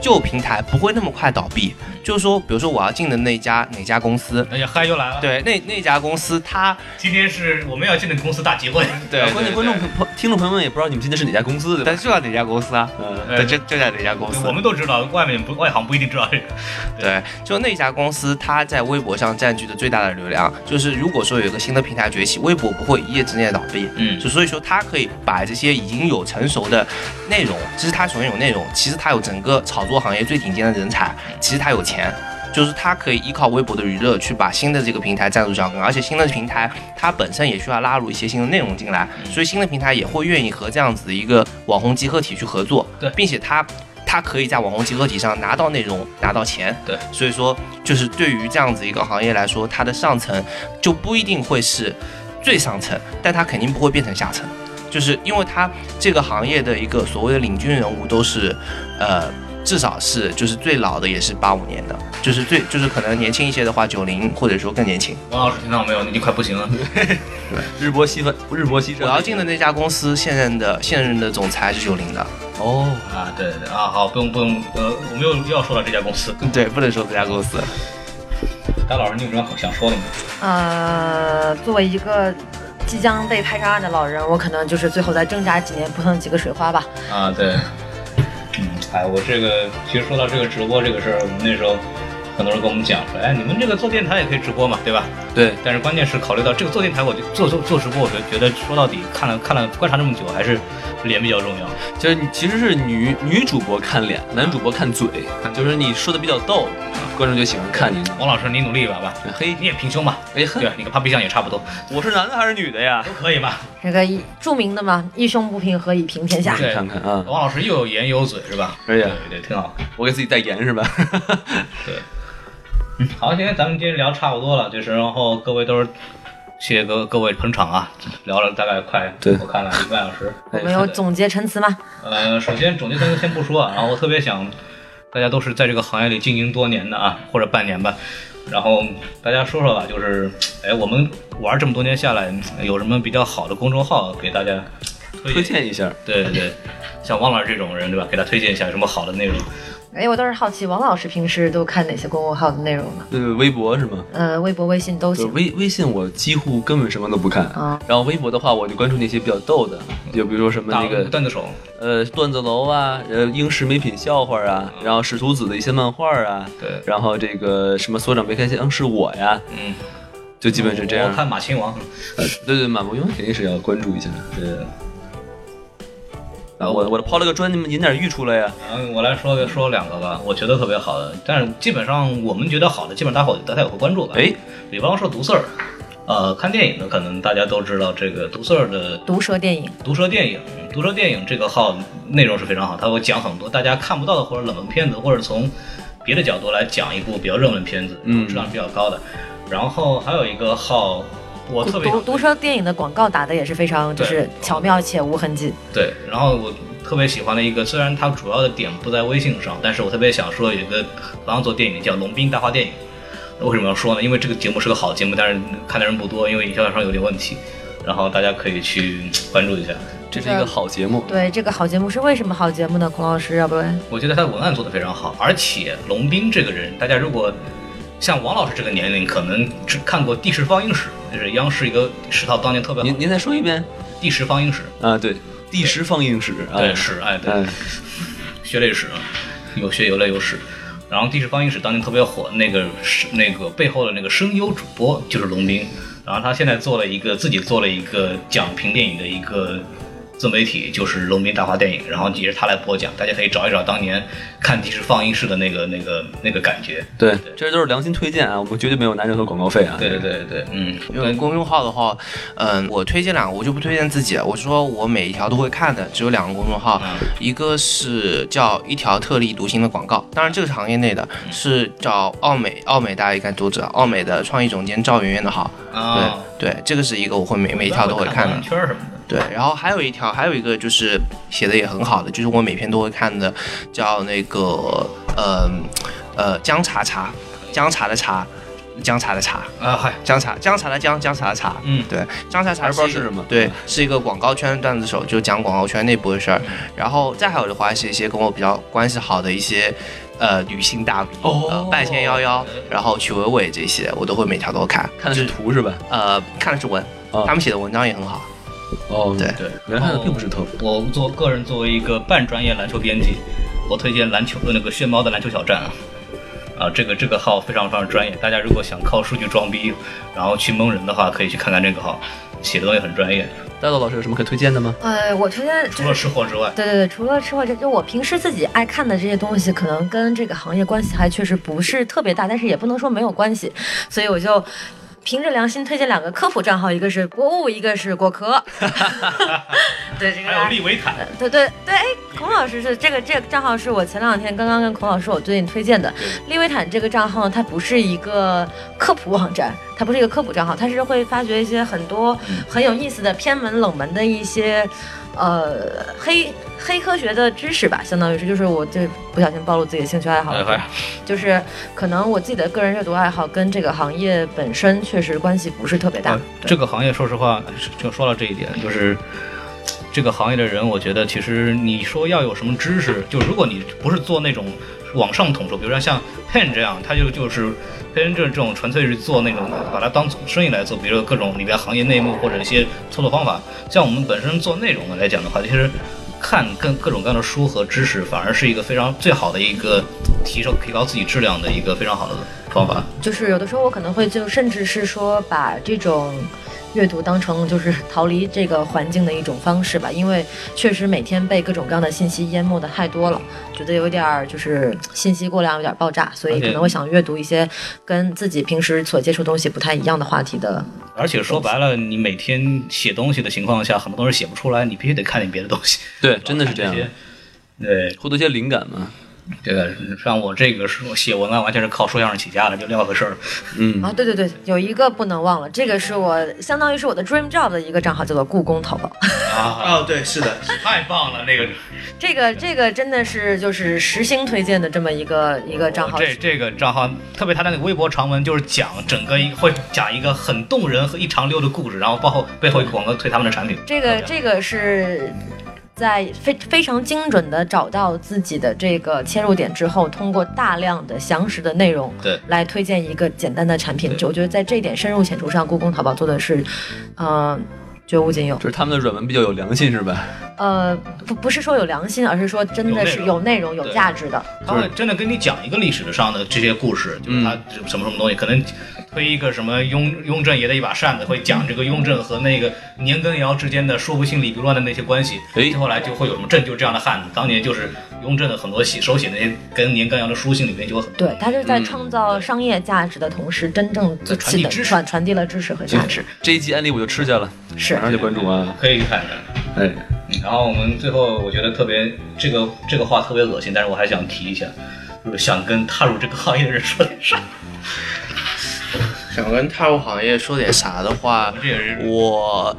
[SPEAKER 4] 旧平台不会那么快倒闭。就是说，比如说我要进的那家哪家公司，
[SPEAKER 1] 哎呀，嗨又来了！，
[SPEAKER 4] 对，那那家公司它呃
[SPEAKER 1] 今天是我们要进的公司大集会，
[SPEAKER 4] 哎对
[SPEAKER 5] 哎关键观众朋听众朋友们也不知道你们进的是哪家公司，对吧？
[SPEAKER 4] 但就叫哪家公司啊？
[SPEAKER 5] 嗯，
[SPEAKER 4] 对，就就叫哪家公司。啊
[SPEAKER 1] 我们都知道，外面不外行不一定知道这个。
[SPEAKER 4] 对，就那家公司，它在微博上占据的最大的流量，就是如果说有一个新的平台崛起，微博不会一夜之间倒闭，
[SPEAKER 1] 嗯
[SPEAKER 4] 就所以说它可以把这些已经有成熟的内容，其实它首先有内容，其实它有整个炒作行业最顶尖的人才，
[SPEAKER 1] 嗯
[SPEAKER 4] 其实它有钱。就是它可以依靠微博的娱乐去把新的这个平台站住脚跟，而且新的平台它本身也需要拉入一些新的内容进来，
[SPEAKER 1] 嗯
[SPEAKER 4] 所以新的平台也会愿意和这样子的一个网红集合体去合作，
[SPEAKER 1] 对
[SPEAKER 4] 并且它它可以在网红集合体上拿到内容，拿到钱，
[SPEAKER 1] 对，
[SPEAKER 4] 所以说就是对于这样子一个行业来说，它的上层就不一定会是呃最上层，但它肯定不会变成下层，就是因为它这个行业的一个所谓的领军人物都是，呃。至少是就是最老的也是八五年的，就是最就是可能年轻一些的话，九零或者说更年轻。
[SPEAKER 1] 王老师听到没有？你就快不
[SPEAKER 5] (laughs)
[SPEAKER 1] 行了。
[SPEAKER 5] 日薄西分，日薄西山。
[SPEAKER 4] 我要进的那家公司现任的现任的总裁是九零的，
[SPEAKER 5] 哦，
[SPEAKER 1] 啊，对对对啊，好，不用不用，呃，我们又又要说到这家公司。
[SPEAKER 5] 嗯
[SPEAKER 4] 对，不能说这家公司。
[SPEAKER 1] 大老师，你有什么想说的吗？
[SPEAKER 6] 呃，作为一个即将被排查案的老人，我可能就是最后再挣扎几年，扑腾几个水花吧。
[SPEAKER 1] 啊，对，嗯，哎，我这个其实说到这个直播这个事儿，我们那时候很多人跟我们讲说，哎，你们这个做电台也可以直播嘛，对吧？
[SPEAKER 5] 对，
[SPEAKER 1] 但是关键是考虑到这个做电台，我就做做做直播，我就觉得说到底，看了看了观察这么久，还是脸比较重要。
[SPEAKER 5] 就是你其实是女女主播看脸，男主播看嘴，
[SPEAKER 4] 嗯
[SPEAKER 5] 就是你说的比较逗，观众就喜欢看你。
[SPEAKER 1] 王老师，你努力一把吧，
[SPEAKER 5] 嘿，
[SPEAKER 1] 你也平胸吧，
[SPEAKER 5] 哎呵
[SPEAKER 1] 对，啊吧？你跟 Papi 酱也差不多，
[SPEAKER 5] 我是男的还是女的呀？
[SPEAKER 1] 都可以吧？
[SPEAKER 6] 这个一著名的嘛，一胸不平，何以平天下？
[SPEAKER 1] 对
[SPEAKER 5] 看看啊，
[SPEAKER 1] 王老师又有颜有嘴是吧？
[SPEAKER 5] 可以啊
[SPEAKER 1] 对对，挺好。
[SPEAKER 5] 我给自己代言
[SPEAKER 1] (laughs)
[SPEAKER 5] 是吧？
[SPEAKER 1] 嗯好，今天咱们今天聊差不多了，就是然后各位都是。谢谢各各位捧场啊！聊了大概快，
[SPEAKER 5] 对
[SPEAKER 1] 我看了一个半小时。
[SPEAKER 6] 我们有总结陈词吗？
[SPEAKER 1] 呃，首先总结三个先不说啊，然后我特别想，大家都是在这个行业里经营多年的啊，或者半年吧，然后大家说说吧，就是，哎，我们玩这么多年下来，有什么比较好的公众号给大家推
[SPEAKER 5] 推？荐一下，
[SPEAKER 1] 对对对，像汪老师这种人对吧？给他推荐一下有什么好的内容？
[SPEAKER 6] 哎，我倒是好奇，王老师平时都看哪些公众号的内容呢？
[SPEAKER 5] 呃，微博是吗？
[SPEAKER 6] 呃，微博、微信都
[SPEAKER 5] 对，
[SPEAKER 6] 行。
[SPEAKER 5] 微微信我几乎根本什么都不看。
[SPEAKER 6] 啊，
[SPEAKER 5] 然后微博的话，我就关注那些比较逗的，
[SPEAKER 4] 嗯
[SPEAKER 5] 就比如说什么
[SPEAKER 1] 大
[SPEAKER 5] 那个
[SPEAKER 1] 段子手，
[SPEAKER 5] 呃段子楼啊，呃英式美品笑话啊，
[SPEAKER 4] 嗯
[SPEAKER 5] 然后使徒子的一些漫画啊，
[SPEAKER 1] 对，
[SPEAKER 5] 然后这个什么所长别开心，嗯哦是我呀，
[SPEAKER 1] 嗯，
[SPEAKER 5] 就基本是这样
[SPEAKER 1] 我。看马亲王，
[SPEAKER 5] 呃对对，满不庸肯定是要关注一下。
[SPEAKER 1] 对，
[SPEAKER 5] 啊，我我抛了个砖，你们引点玉出来呀。
[SPEAKER 1] 然后我来说说两个吧，我觉得特别好的，但是基本上我们觉得好的，基本上大伙大家也会关注吧。
[SPEAKER 5] 哎，
[SPEAKER 1] 比方说毒刺儿，呃，看电影的可能大家都知道这个毒刺儿的
[SPEAKER 6] 毒蛇电影，
[SPEAKER 1] 毒蛇电影，毒蛇电影这个号内容是非常好，它会讲很多大家看不到的或者冷门片子，或者从别的角度来讲一部比较热门片子，
[SPEAKER 5] 嗯
[SPEAKER 1] 然后质量比较高的。然后还有一个号，我特别
[SPEAKER 6] 毒毒蛇电影的广告打的也是非常就是
[SPEAKER 1] 对
[SPEAKER 6] 巧妙且无痕迹。
[SPEAKER 1] 对，然后我特别喜欢的一个，虽然它主要的点不在微信上，但是我特别想说有一个同样做电影叫《龙斌大话电影》。为什么要说呢？因为这个节目是个好节目，但是看的人不多，因为营销上有点问题。然后大家可以去关注一下，
[SPEAKER 5] 这是一个好节目。
[SPEAKER 6] 对，这个好节目是为什么好节目呢？孔老师，要不然
[SPEAKER 1] 我觉得他的文案做得非常好，而且龙斌这个人，大家如果像王老师这个年龄，可能只看过《第十放映室》，就是央视一个十套当年特别好
[SPEAKER 5] 您
[SPEAKER 1] 的《
[SPEAKER 5] 您再说一遍
[SPEAKER 1] 第十放映室
[SPEAKER 5] 啊？对，第十放映室》。啊。
[SPEAKER 1] 对，是，哎，对，
[SPEAKER 5] 嗯，
[SPEAKER 1] 学历史啊。有血有泪有史。然后《地质放映室》当年特别火，那个是那个背后的那个声优主播就是龙斌，然后他现在做了一个自己做了一个讲评电影的一个自媒体，就是龙斌大话电影，然后也是他来播讲，大家可以找一找当年看《地质放映室》的那个那个那个感觉。
[SPEAKER 5] 对，这都是良心推荐啊，我们绝对没有拿任何广告费啊。
[SPEAKER 1] 对对对对，嗯，
[SPEAKER 4] 因为公众号的话，嗯，我推荐两个，我就不推荐自己了。我说我每一条都会看的，只有两个公众号，一个是叫一条特立独行的广告，当然这个是行业内的，是找奥美，奥美大家应该都知道，奥美的创意总监赵媛媛的号。
[SPEAKER 1] 啊，
[SPEAKER 4] 对对，这个是一个我会每每一条都会看的
[SPEAKER 1] 朋友。圈什么的。
[SPEAKER 4] 对，然后还有一条，还有一个就是写的也很好的，就是我每篇都会看的，叫那个呃呃姜茶茶，姜茶的茶，姜茶的茶，
[SPEAKER 1] 啊嗨，
[SPEAKER 4] 姜茶姜茶的姜，姜茶的茶。
[SPEAKER 1] 嗯
[SPEAKER 4] 对，姜茶茶
[SPEAKER 5] 还是不知道
[SPEAKER 4] 一个
[SPEAKER 5] 是什么
[SPEAKER 4] 对，是一个广告圈的段子手，就讲广告圈内部的事儿。
[SPEAKER 1] 嗯
[SPEAKER 4] 然后再还有的话是一些跟我比较关系好的一些。呃，女性大 V，、
[SPEAKER 5] 哦
[SPEAKER 4] 呃，半仙幺幺，然后曲伟伟这些，我都会每条都看。
[SPEAKER 5] 看的是图是吧？
[SPEAKER 4] 呃，看的是文，
[SPEAKER 1] 嗯
[SPEAKER 5] 啊
[SPEAKER 4] 他们写的文章也很好。
[SPEAKER 5] 哦，
[SPEAKER 4] 对
[SPEAKER 1] 对，
[SPEAKER 5] 原来看的并不是特服。
[SPEAKER 1] 我做个人作为一个半专业篮球编辑，我推荐篮球呃的那个炫猫的篮球小站啊，啊，这个这个号非常非常专业，大家如果想靠数据装逼，然后去蒙人的话，可以去看看这个号，写的东西很专业，
[SPEAKER 5] 大豆老师有什么可推荐的吗？
[SPEAKER 6] 呃，我推荐
[SPEAKER 1] 除
[SPEAKER 6] 就
[SPEAKER 1] 了
[SPEAKER 6] 是。
[SPEAKER 1] 吃货之外，
[SPEAKER 6] 对对对，除了吃货这，就我平时自己爱看的这些东西，可能跟这个行业关系还确实不是特别大，但是也不能说没有关系，所以我就凭着良心推荐两个科普账号，一个是博物，一个是
[SPEAKER 1] (laughs)
[SPEAKER 6] 果壳。 (laughs) 对，这个
[SPEAKER 1] 还有利维坦，
[SPEAKER 6] 对对对，哎，孔老师是这个这个账号是我前两天刚刚跟孔老师我最近推荐的。利维坦这个账号它不是一个科普网站，它不是一个科普账号，它是会发掘一些很多很有意思的偏门冷门的一些。呃，黑黑科学的知识吧，相当于是，就是我这不小心暴露自己的兴趣爱好了， (laughs) 就是可能我自己的个人阅读爱好跟这个行业本身确实关系不是特别大
[SPEAKER 1] 啊。这个行业，说实话，就说到这一点，就是这个行业的人，我觉得其实你说要有什么知识，就如果你不是做那种往上统筹，比如说像 Pen 这样，他就就是 Pen 这这种纯粹是做那种把它当生意来做，比如说各种里边行业内幕或者一些操作方法。像我们本身做内容的来讲的话，其实。看跟各种各样的书和知识，反而是一个非常最好的一个提升、提高自己质量的一个非常好的方法。
[SPEAKER 6] 就是有的时候我可能会就甚至是说把这种阅读当成就是逃离这个环境的一种方式吧，因为确实每天被各种各样的信息淹没的太多了，觉得有点儿就是信息过量，有点儿爆炸，所以可能会想阅读一些跟自己平时所接触东西不太一样的话题的。
[SPEAKER 1] 而且说白了，你每天写东西的情况下，很多东西写不出来，你必须得看点别的东西。
[SPEAKER 5] 对，真的是这样，
[SPEAKER 1] 些。对，
[SPEAKER 5] 获得一些灵感嘛。
[SPEAKER 1] 这个像我这个是我写文案完全是靠说相声起家的，就另外回事儿。
[SPEAKER 5] 嗯，
[SPEAKER 6] 啊，对对对，有一个不能忘了，这个是我相当于是我的 dream job 的一个账号，叫做故宫淘宝。
[SPEAKER 1] 啊，
[SPEAKER 8] 哦，对，是的，
[SPEAKER 1] 太棒了，那个
[SPEAKER 6] (laughs) 这个这个真的是就是实心推荐的这么一个一个账号，
[SPEAKER 1] 哦这这个账号，特别他的那个微博长文，就是讲整个一会讲一个很动人和一长溜的故事，然后包括背后一个广告推他们的产品。
[SPEAKER 6] 这个这个是在非非常精准的找到自己的这个切入点之后，通过大量的详实的内容，
[SPEAKER 1] 对
[SPEAKER 6] 来推荐一个简单的产品。就我觉得在这一点深入浅出上，故宫淘宝做的是，呃，绝无仅有
[SPEAKER 5] 就。是他们的软文比较有良心是吧？
[SPEAKER 6] 呃，不不是说有良心，而是说真的是
[SPEAKER 1] 有
[SPEAKER 6] 有内容、有
[SPEAKER 1] 对
[SPEAKER 6] 价值的。
[SPEAKER 1] 他会真的跟你讲一个历史上的这些故事，就是
[SPEAKER 5] 嗯
[SPEAKER 1] 他什么什么东西，可能推一个什么雍雍正爷的一把扇子，会讲这个雍正和那个年羹尧之间的说不清理不乱的那些关系。
[SPEAKER 5] 哎
[SPEAKER 1] 后来就会有什么朕就这样的汉子，当年就是雍正的很多写手写的那些跟年羹尧的书信里面就有很多。
[SPEAKER 6] 对，它是在
[SPEAKER 5] 嗯
[SPEAKER 6] 创造商业价值的同时，真正
[SPEAKER 1] 在传递
[SPEAKER 6] 起的
[SPEAKER 1] 知识
[SPEAKER 6] 传传递了知识和价值。
[SPEAKER 5] 这一集案例我就吃下了，
[SPEAKER 6] 是
[SPEAKER 5] 马上就关注啊！
[SPEAKER 1] 可以去看一看。
[SPEAKER 5] 哎，
[SPEAKER 1] 嗯然后我们最后，我觉得特别这个这个话特别恶心，但是我还想提一下，就是想跟踏入这个行业的人说点啥。
[SPEAKER 4] 想跟踏入行业说点啥的话
[SPEAKER 1] 我，这也是，
[SPEAKER 4] 我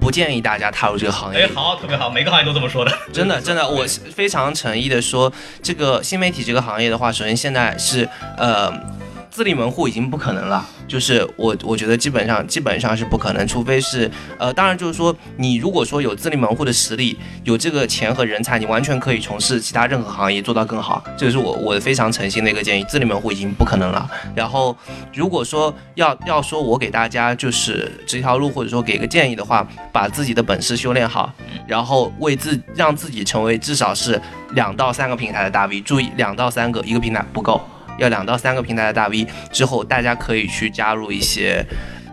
[SPEAKER 4] 不建议大家踏入这个行
[SPEAKER 1] 哎
[SPEAKER 4] 业，，
[SPEAKER 1] 好，特别好，每个行业都这么说的。
[SPEAKER 4] (laughs) 真的真的，我是非常诚意的说，这个新媒体这个行业的话，首先现在是呃。自立门户已经不可能了，就是我我觉得基本上基本上是不可能，除非是呃，当然就是说你如果说有自立门户的实力，有这个钱和人才，你完全可以从事其他任何行业做到更好。这个是我我非常诚心的一个建议，自立门户已经不可能了。然后如果说要要说我给大家就是这条路或者说给个建议的话，把自己的本事修炼好，然后为自让自己成为至少是两到三个平台的大 V。注意，两到三个，一个平台不够，要两到三个平台的大 V 之后，大家可以去加入一些。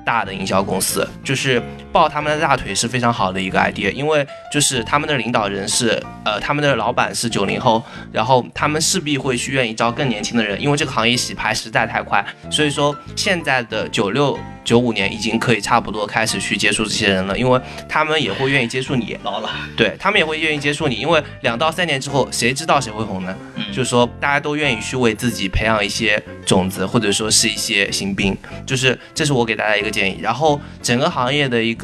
[SPEAKER 4] 大的营销公司就是抱他们的大腿是非常好的一个 idea，因为就是他们的领导人是呃他们的老板是九零后，然后他们势必会去愿意招更年轻的人，因为这个行业洗牌实在太快，所以说现在的九六九五年已经可以差不多开始去接触这些人了，因为他们也会愿意接触你，
[SPEAKER 1] 老了，
[SPEAKER 4] 对他们也会愿意接触你，因为两到三年之后，谁知道谁会红呢？
[SPEAKER 1] 嗯
[SPEAKER 4] 就是说大家都愿意去为自己培养一些种子，或者说是一些新兵，就是这是我给大家一个建议。然后整个行业的一个。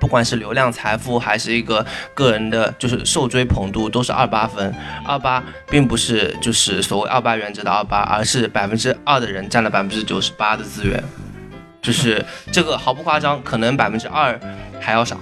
[SPEAKER 4] 不管是流量、财富，还是一个个人的，就是受追捧度，都是二八分。二八并不是就是所谓二八原则的二八，而是百分之二的人占了百分之九十八的资源，就是这个毫不夸张，可能百分之二还要少，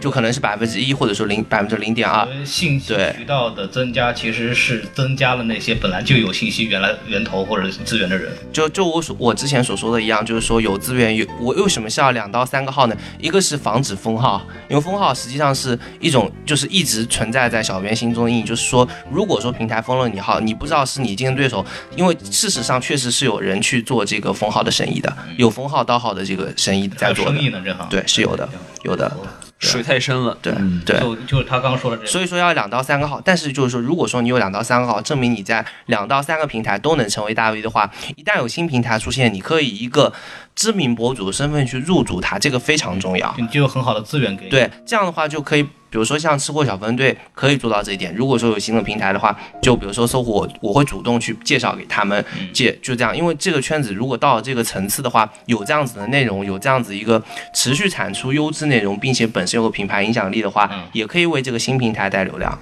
[SPEAKER 4] 就可能是百分之一，或者说零百分之零点二
[SPEAKER 1] 因。为信息
[SPEAKER 4] 啊对
[SPEAKER 1] 渠道的增加其实是增加了那些本来就有信息原来源头或者资源的人。
[SPEAKER 4] 就就我所我之前所说的一样，就是说有资源有我为什么是要两到三个号呢？一个是防止封号，因为封号实际上是一种就是一直存在在小编心中的阴影，就是说如果说平台封了你号，你不知道是你竞争对手，因为事实上确实是有人去做这个封号的生意的，有封号盗号的这个生意
[SPEAKER 1] 还
[SPEAKER 4] 在
[SPEAKER 1] 有
[SPEAKER 4] 做
[SPEAKER 1] 生
[SPEAKER 4] 的
[SPEAKER 1] 意，呢，这行
[SPEAKER 4] 对是有的，有的，
[SPEAKER 5] 水太深了。
[SPEAKER 4] 对对。
[SPEAKER 1] 就就是他刚说的这个，
[SPEAKER 4] 所以说要两到三个号，但是就是说，如果说你有两到三个号，证明你在两到三个平台都能成为大 V 的话，一旦有新平台出现，你可以以一个知名博主的身份去入主它，这个非常重要。
[SPEAKER 1] 你就有很好的资源给你。
[SPEAKER 4] 对，这样的话就可以，比如说像吃货小分队可以做到这一点。如果说有新的平台的话，就比如说搜狐，我我会主动去介绍给他们介，就这样。因为这个圈子如果到了这个层次的话，有这样子的内容，有这样子一个持续产出优质内容，并且本身有个品牌影响力的话，
[SPEAKER 1] 嗯
[SPEAKER 4] 也可以为这个新平台带流量。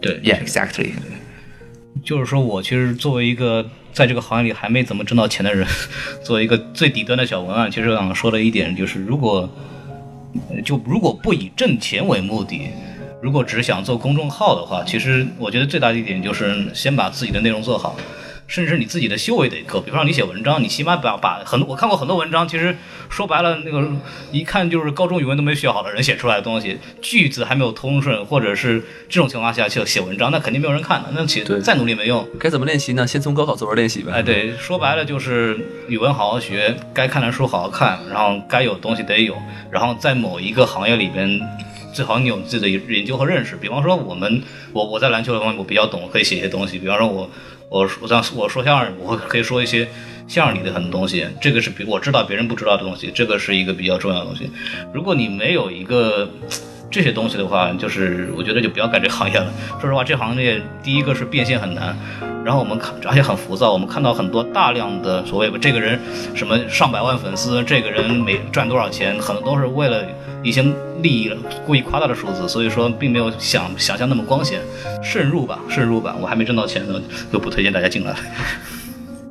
[SPEAKER 1] 对
[SPEAKER 4] Yeah, exactly.
[SPEAKER 1] 就是说我其实作为一个在这个行业里还没怎么挣到钱的人， (laughs) 作为一个最底端的小文案，其实我想说的一点就是，如果呃就如果不以挣钱为目的，如果只想做公众号的话，其实我觉得最大的一点就是先把自己的内容做好。甚至你自己的修为得够，比方说你写文章，你起码把把很多我看过很多文章，其实说白了，那个一看就是高中语文都没学好的人写出来的东西，句子还没有通顺，或者是这种情况下去写文章，那肯定没有人看的，那写
[SPEAKER 5] 对
[SPEAKER 1] 再努力没用。
[SPEAKER 5] 该怎么练习呢？先从高考作文练习呗。
[SPEAKER 1] 哎，，对，说白了就是语文好好学，该看的书好好看，然后该有的东西得有，然后在某一个行业里边，最好你有自己的研究和认识。比方说我们，我我在篮球方面我比较懂，可以写一些东西。比方说我我我像我说相声，我会可以说一些相声里的很多东西，这个是比我知道别人不知道的东西，这个是一个比较重要的东西。如果你没有一个这些东西的话，就是我觉得就不要干这行业了。说实话，这行业第一个是变现很难，然后我们看，而且很浮躁。我们看到很多大量的所谓这个人什么上百万粉丝，这个人每赚多少钱，可能都是为了一些利益故意夸大的数字，所以说并没有想想象那么光鲜。慎入吧，慎入吧，我还没挣到钱呢，就不推荐大家进来。 (laughs)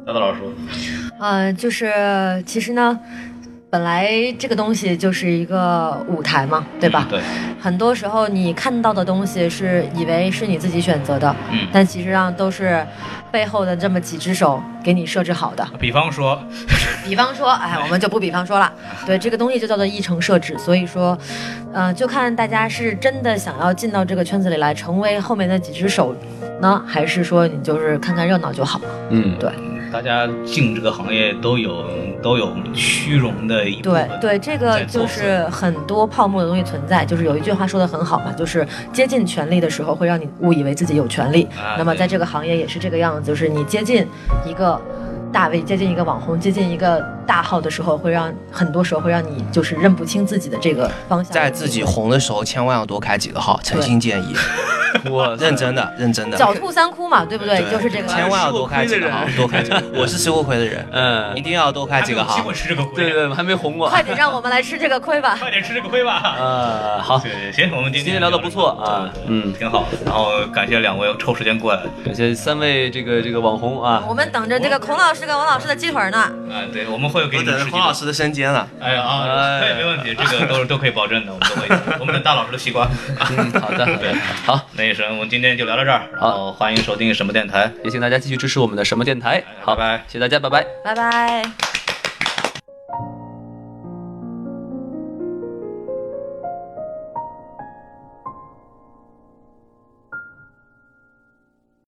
[SPEAKER 1] 大大老师说，
[SPEAKER 6] 呃，就是其实呢，本来这个东西就是一个舞台嘛，对吧？
[SPEAKER 1] 嗯对，
[SPEAKER 6] 很多时候你看到的东西是以为是你自己选择的，
[SPEAKER 1] 嗯
[SPEAKER 6] 但其实上都是背后的这么几只手给你设置好的。
[SPEAKER 1] 比方说，
[SPEAKER 6] 比方说，哎，我们就不比方
[SPEAKER 1] (laughs)
[SPEAKER 6] 说了，对这个东西就叫做议程设置。所以说，呃，就看大家是真的想要进到这个圈子里来，成为后面那几只手呢，还是说你就是看看热闹就好？
[SPEAKER 5] 嗯，
[SPEAKER 1] 大家进这个行业都有都有虚荣的一部
[SPEAKER 6] 对
[SPEAKER 1] 分。
[SPEAKER 6] 对，这个
[SPEAKER 1] 嗯在做
[SPEAKER 6] 就
[SPEAKER 1] 事
[SPEAKER 6] 是很多泡沫的东西存在。就是有一句话说的很好嘛，就是接近权力的时候会让你误以为自己有权利。
[SPEAKER 1] 啊
[SPEAKER 6] 那么
[SPEAKER 1] 对
[SPEAKER 6] 在这个行业也是这个样子，就是你接近一个大 V，接近一个网红，接近一个大号的时候，会让很多时候会让你就是认不清自己的这个方向。
[SPEAKER 4] 在自己红的时候，千万要多开几个号，诚心建议。
[SPEAKER 5] 我
[SPEAKER 4] 认真的，认真的，
[SPEAKER 6] 狡兔三窟嘛，对不对？就是这个。
[SPEAKER 4] 千万要多开几
[SPEAKER 8] 吃
[SPEAKER 4] 个
[SPEAKER 8] 过
[SPEAKER 4] 好
[SPEAKER 8] 亏的，人
[SPEAKER 4] 多开几个，我是吃过亏的人，
[SPEAKER 5] 嗯
[SPEAKER 4] 一，定要多开几个
[SPEAKER 1] 还没有机
[SPEAKER 4] 好
[SPEAKER 1] 会。吃这个亏，
[SPEAKER 5] 对对，还没红过。啊
[SPEAKER 6] 快点让我们来吃这个亏吧！
[SPEAKER 1] 快点吃这个亏吧。
[SPEAKER 5] 呃，好，
[SPEAKER 1] 对，行，我们今
[SPEAKER 5] 今天聊的不错啊，嗯，
[SPEAKER 1] 挺好。然后感谢两位抽时间过来，
[SPEAKER 5] 感谢三位这个这个网红啊，
[SPEAKER 6] 我们等着这个孔老师跟王老师的鸡腿呢。
[SPEAKER 1] 啊，对，我们会给
[SPEAKER 4] 我
[SPEAKER 1] 你们吃
[SPEAKER 4] 等着
[SPEAKER 1] 鸡腿
[SPEAKER 4] 孔老。师的升间了，
[SPEAKER 1] 哎呀啊，对，没问题，这个都是都可以保证的，我们都会。我们等大老师的西瓜。
[SPEAKER 5] 嗯，好的，好
[SPEAKER 1] (laughs) 对
[SPEAKER 5] 的，好，
[SPEAKER 1] 那什么，我们今天就聊到这儿，然后欢迎收听什么电台，
[SPEAKER 5] 也请大家继续支持我们的什么电台，好，
[SPEAKER 1] 拜拜
[SPEAKER 5] 谢谢大家，拜拜。
[SPEAKER 6] 拜拜。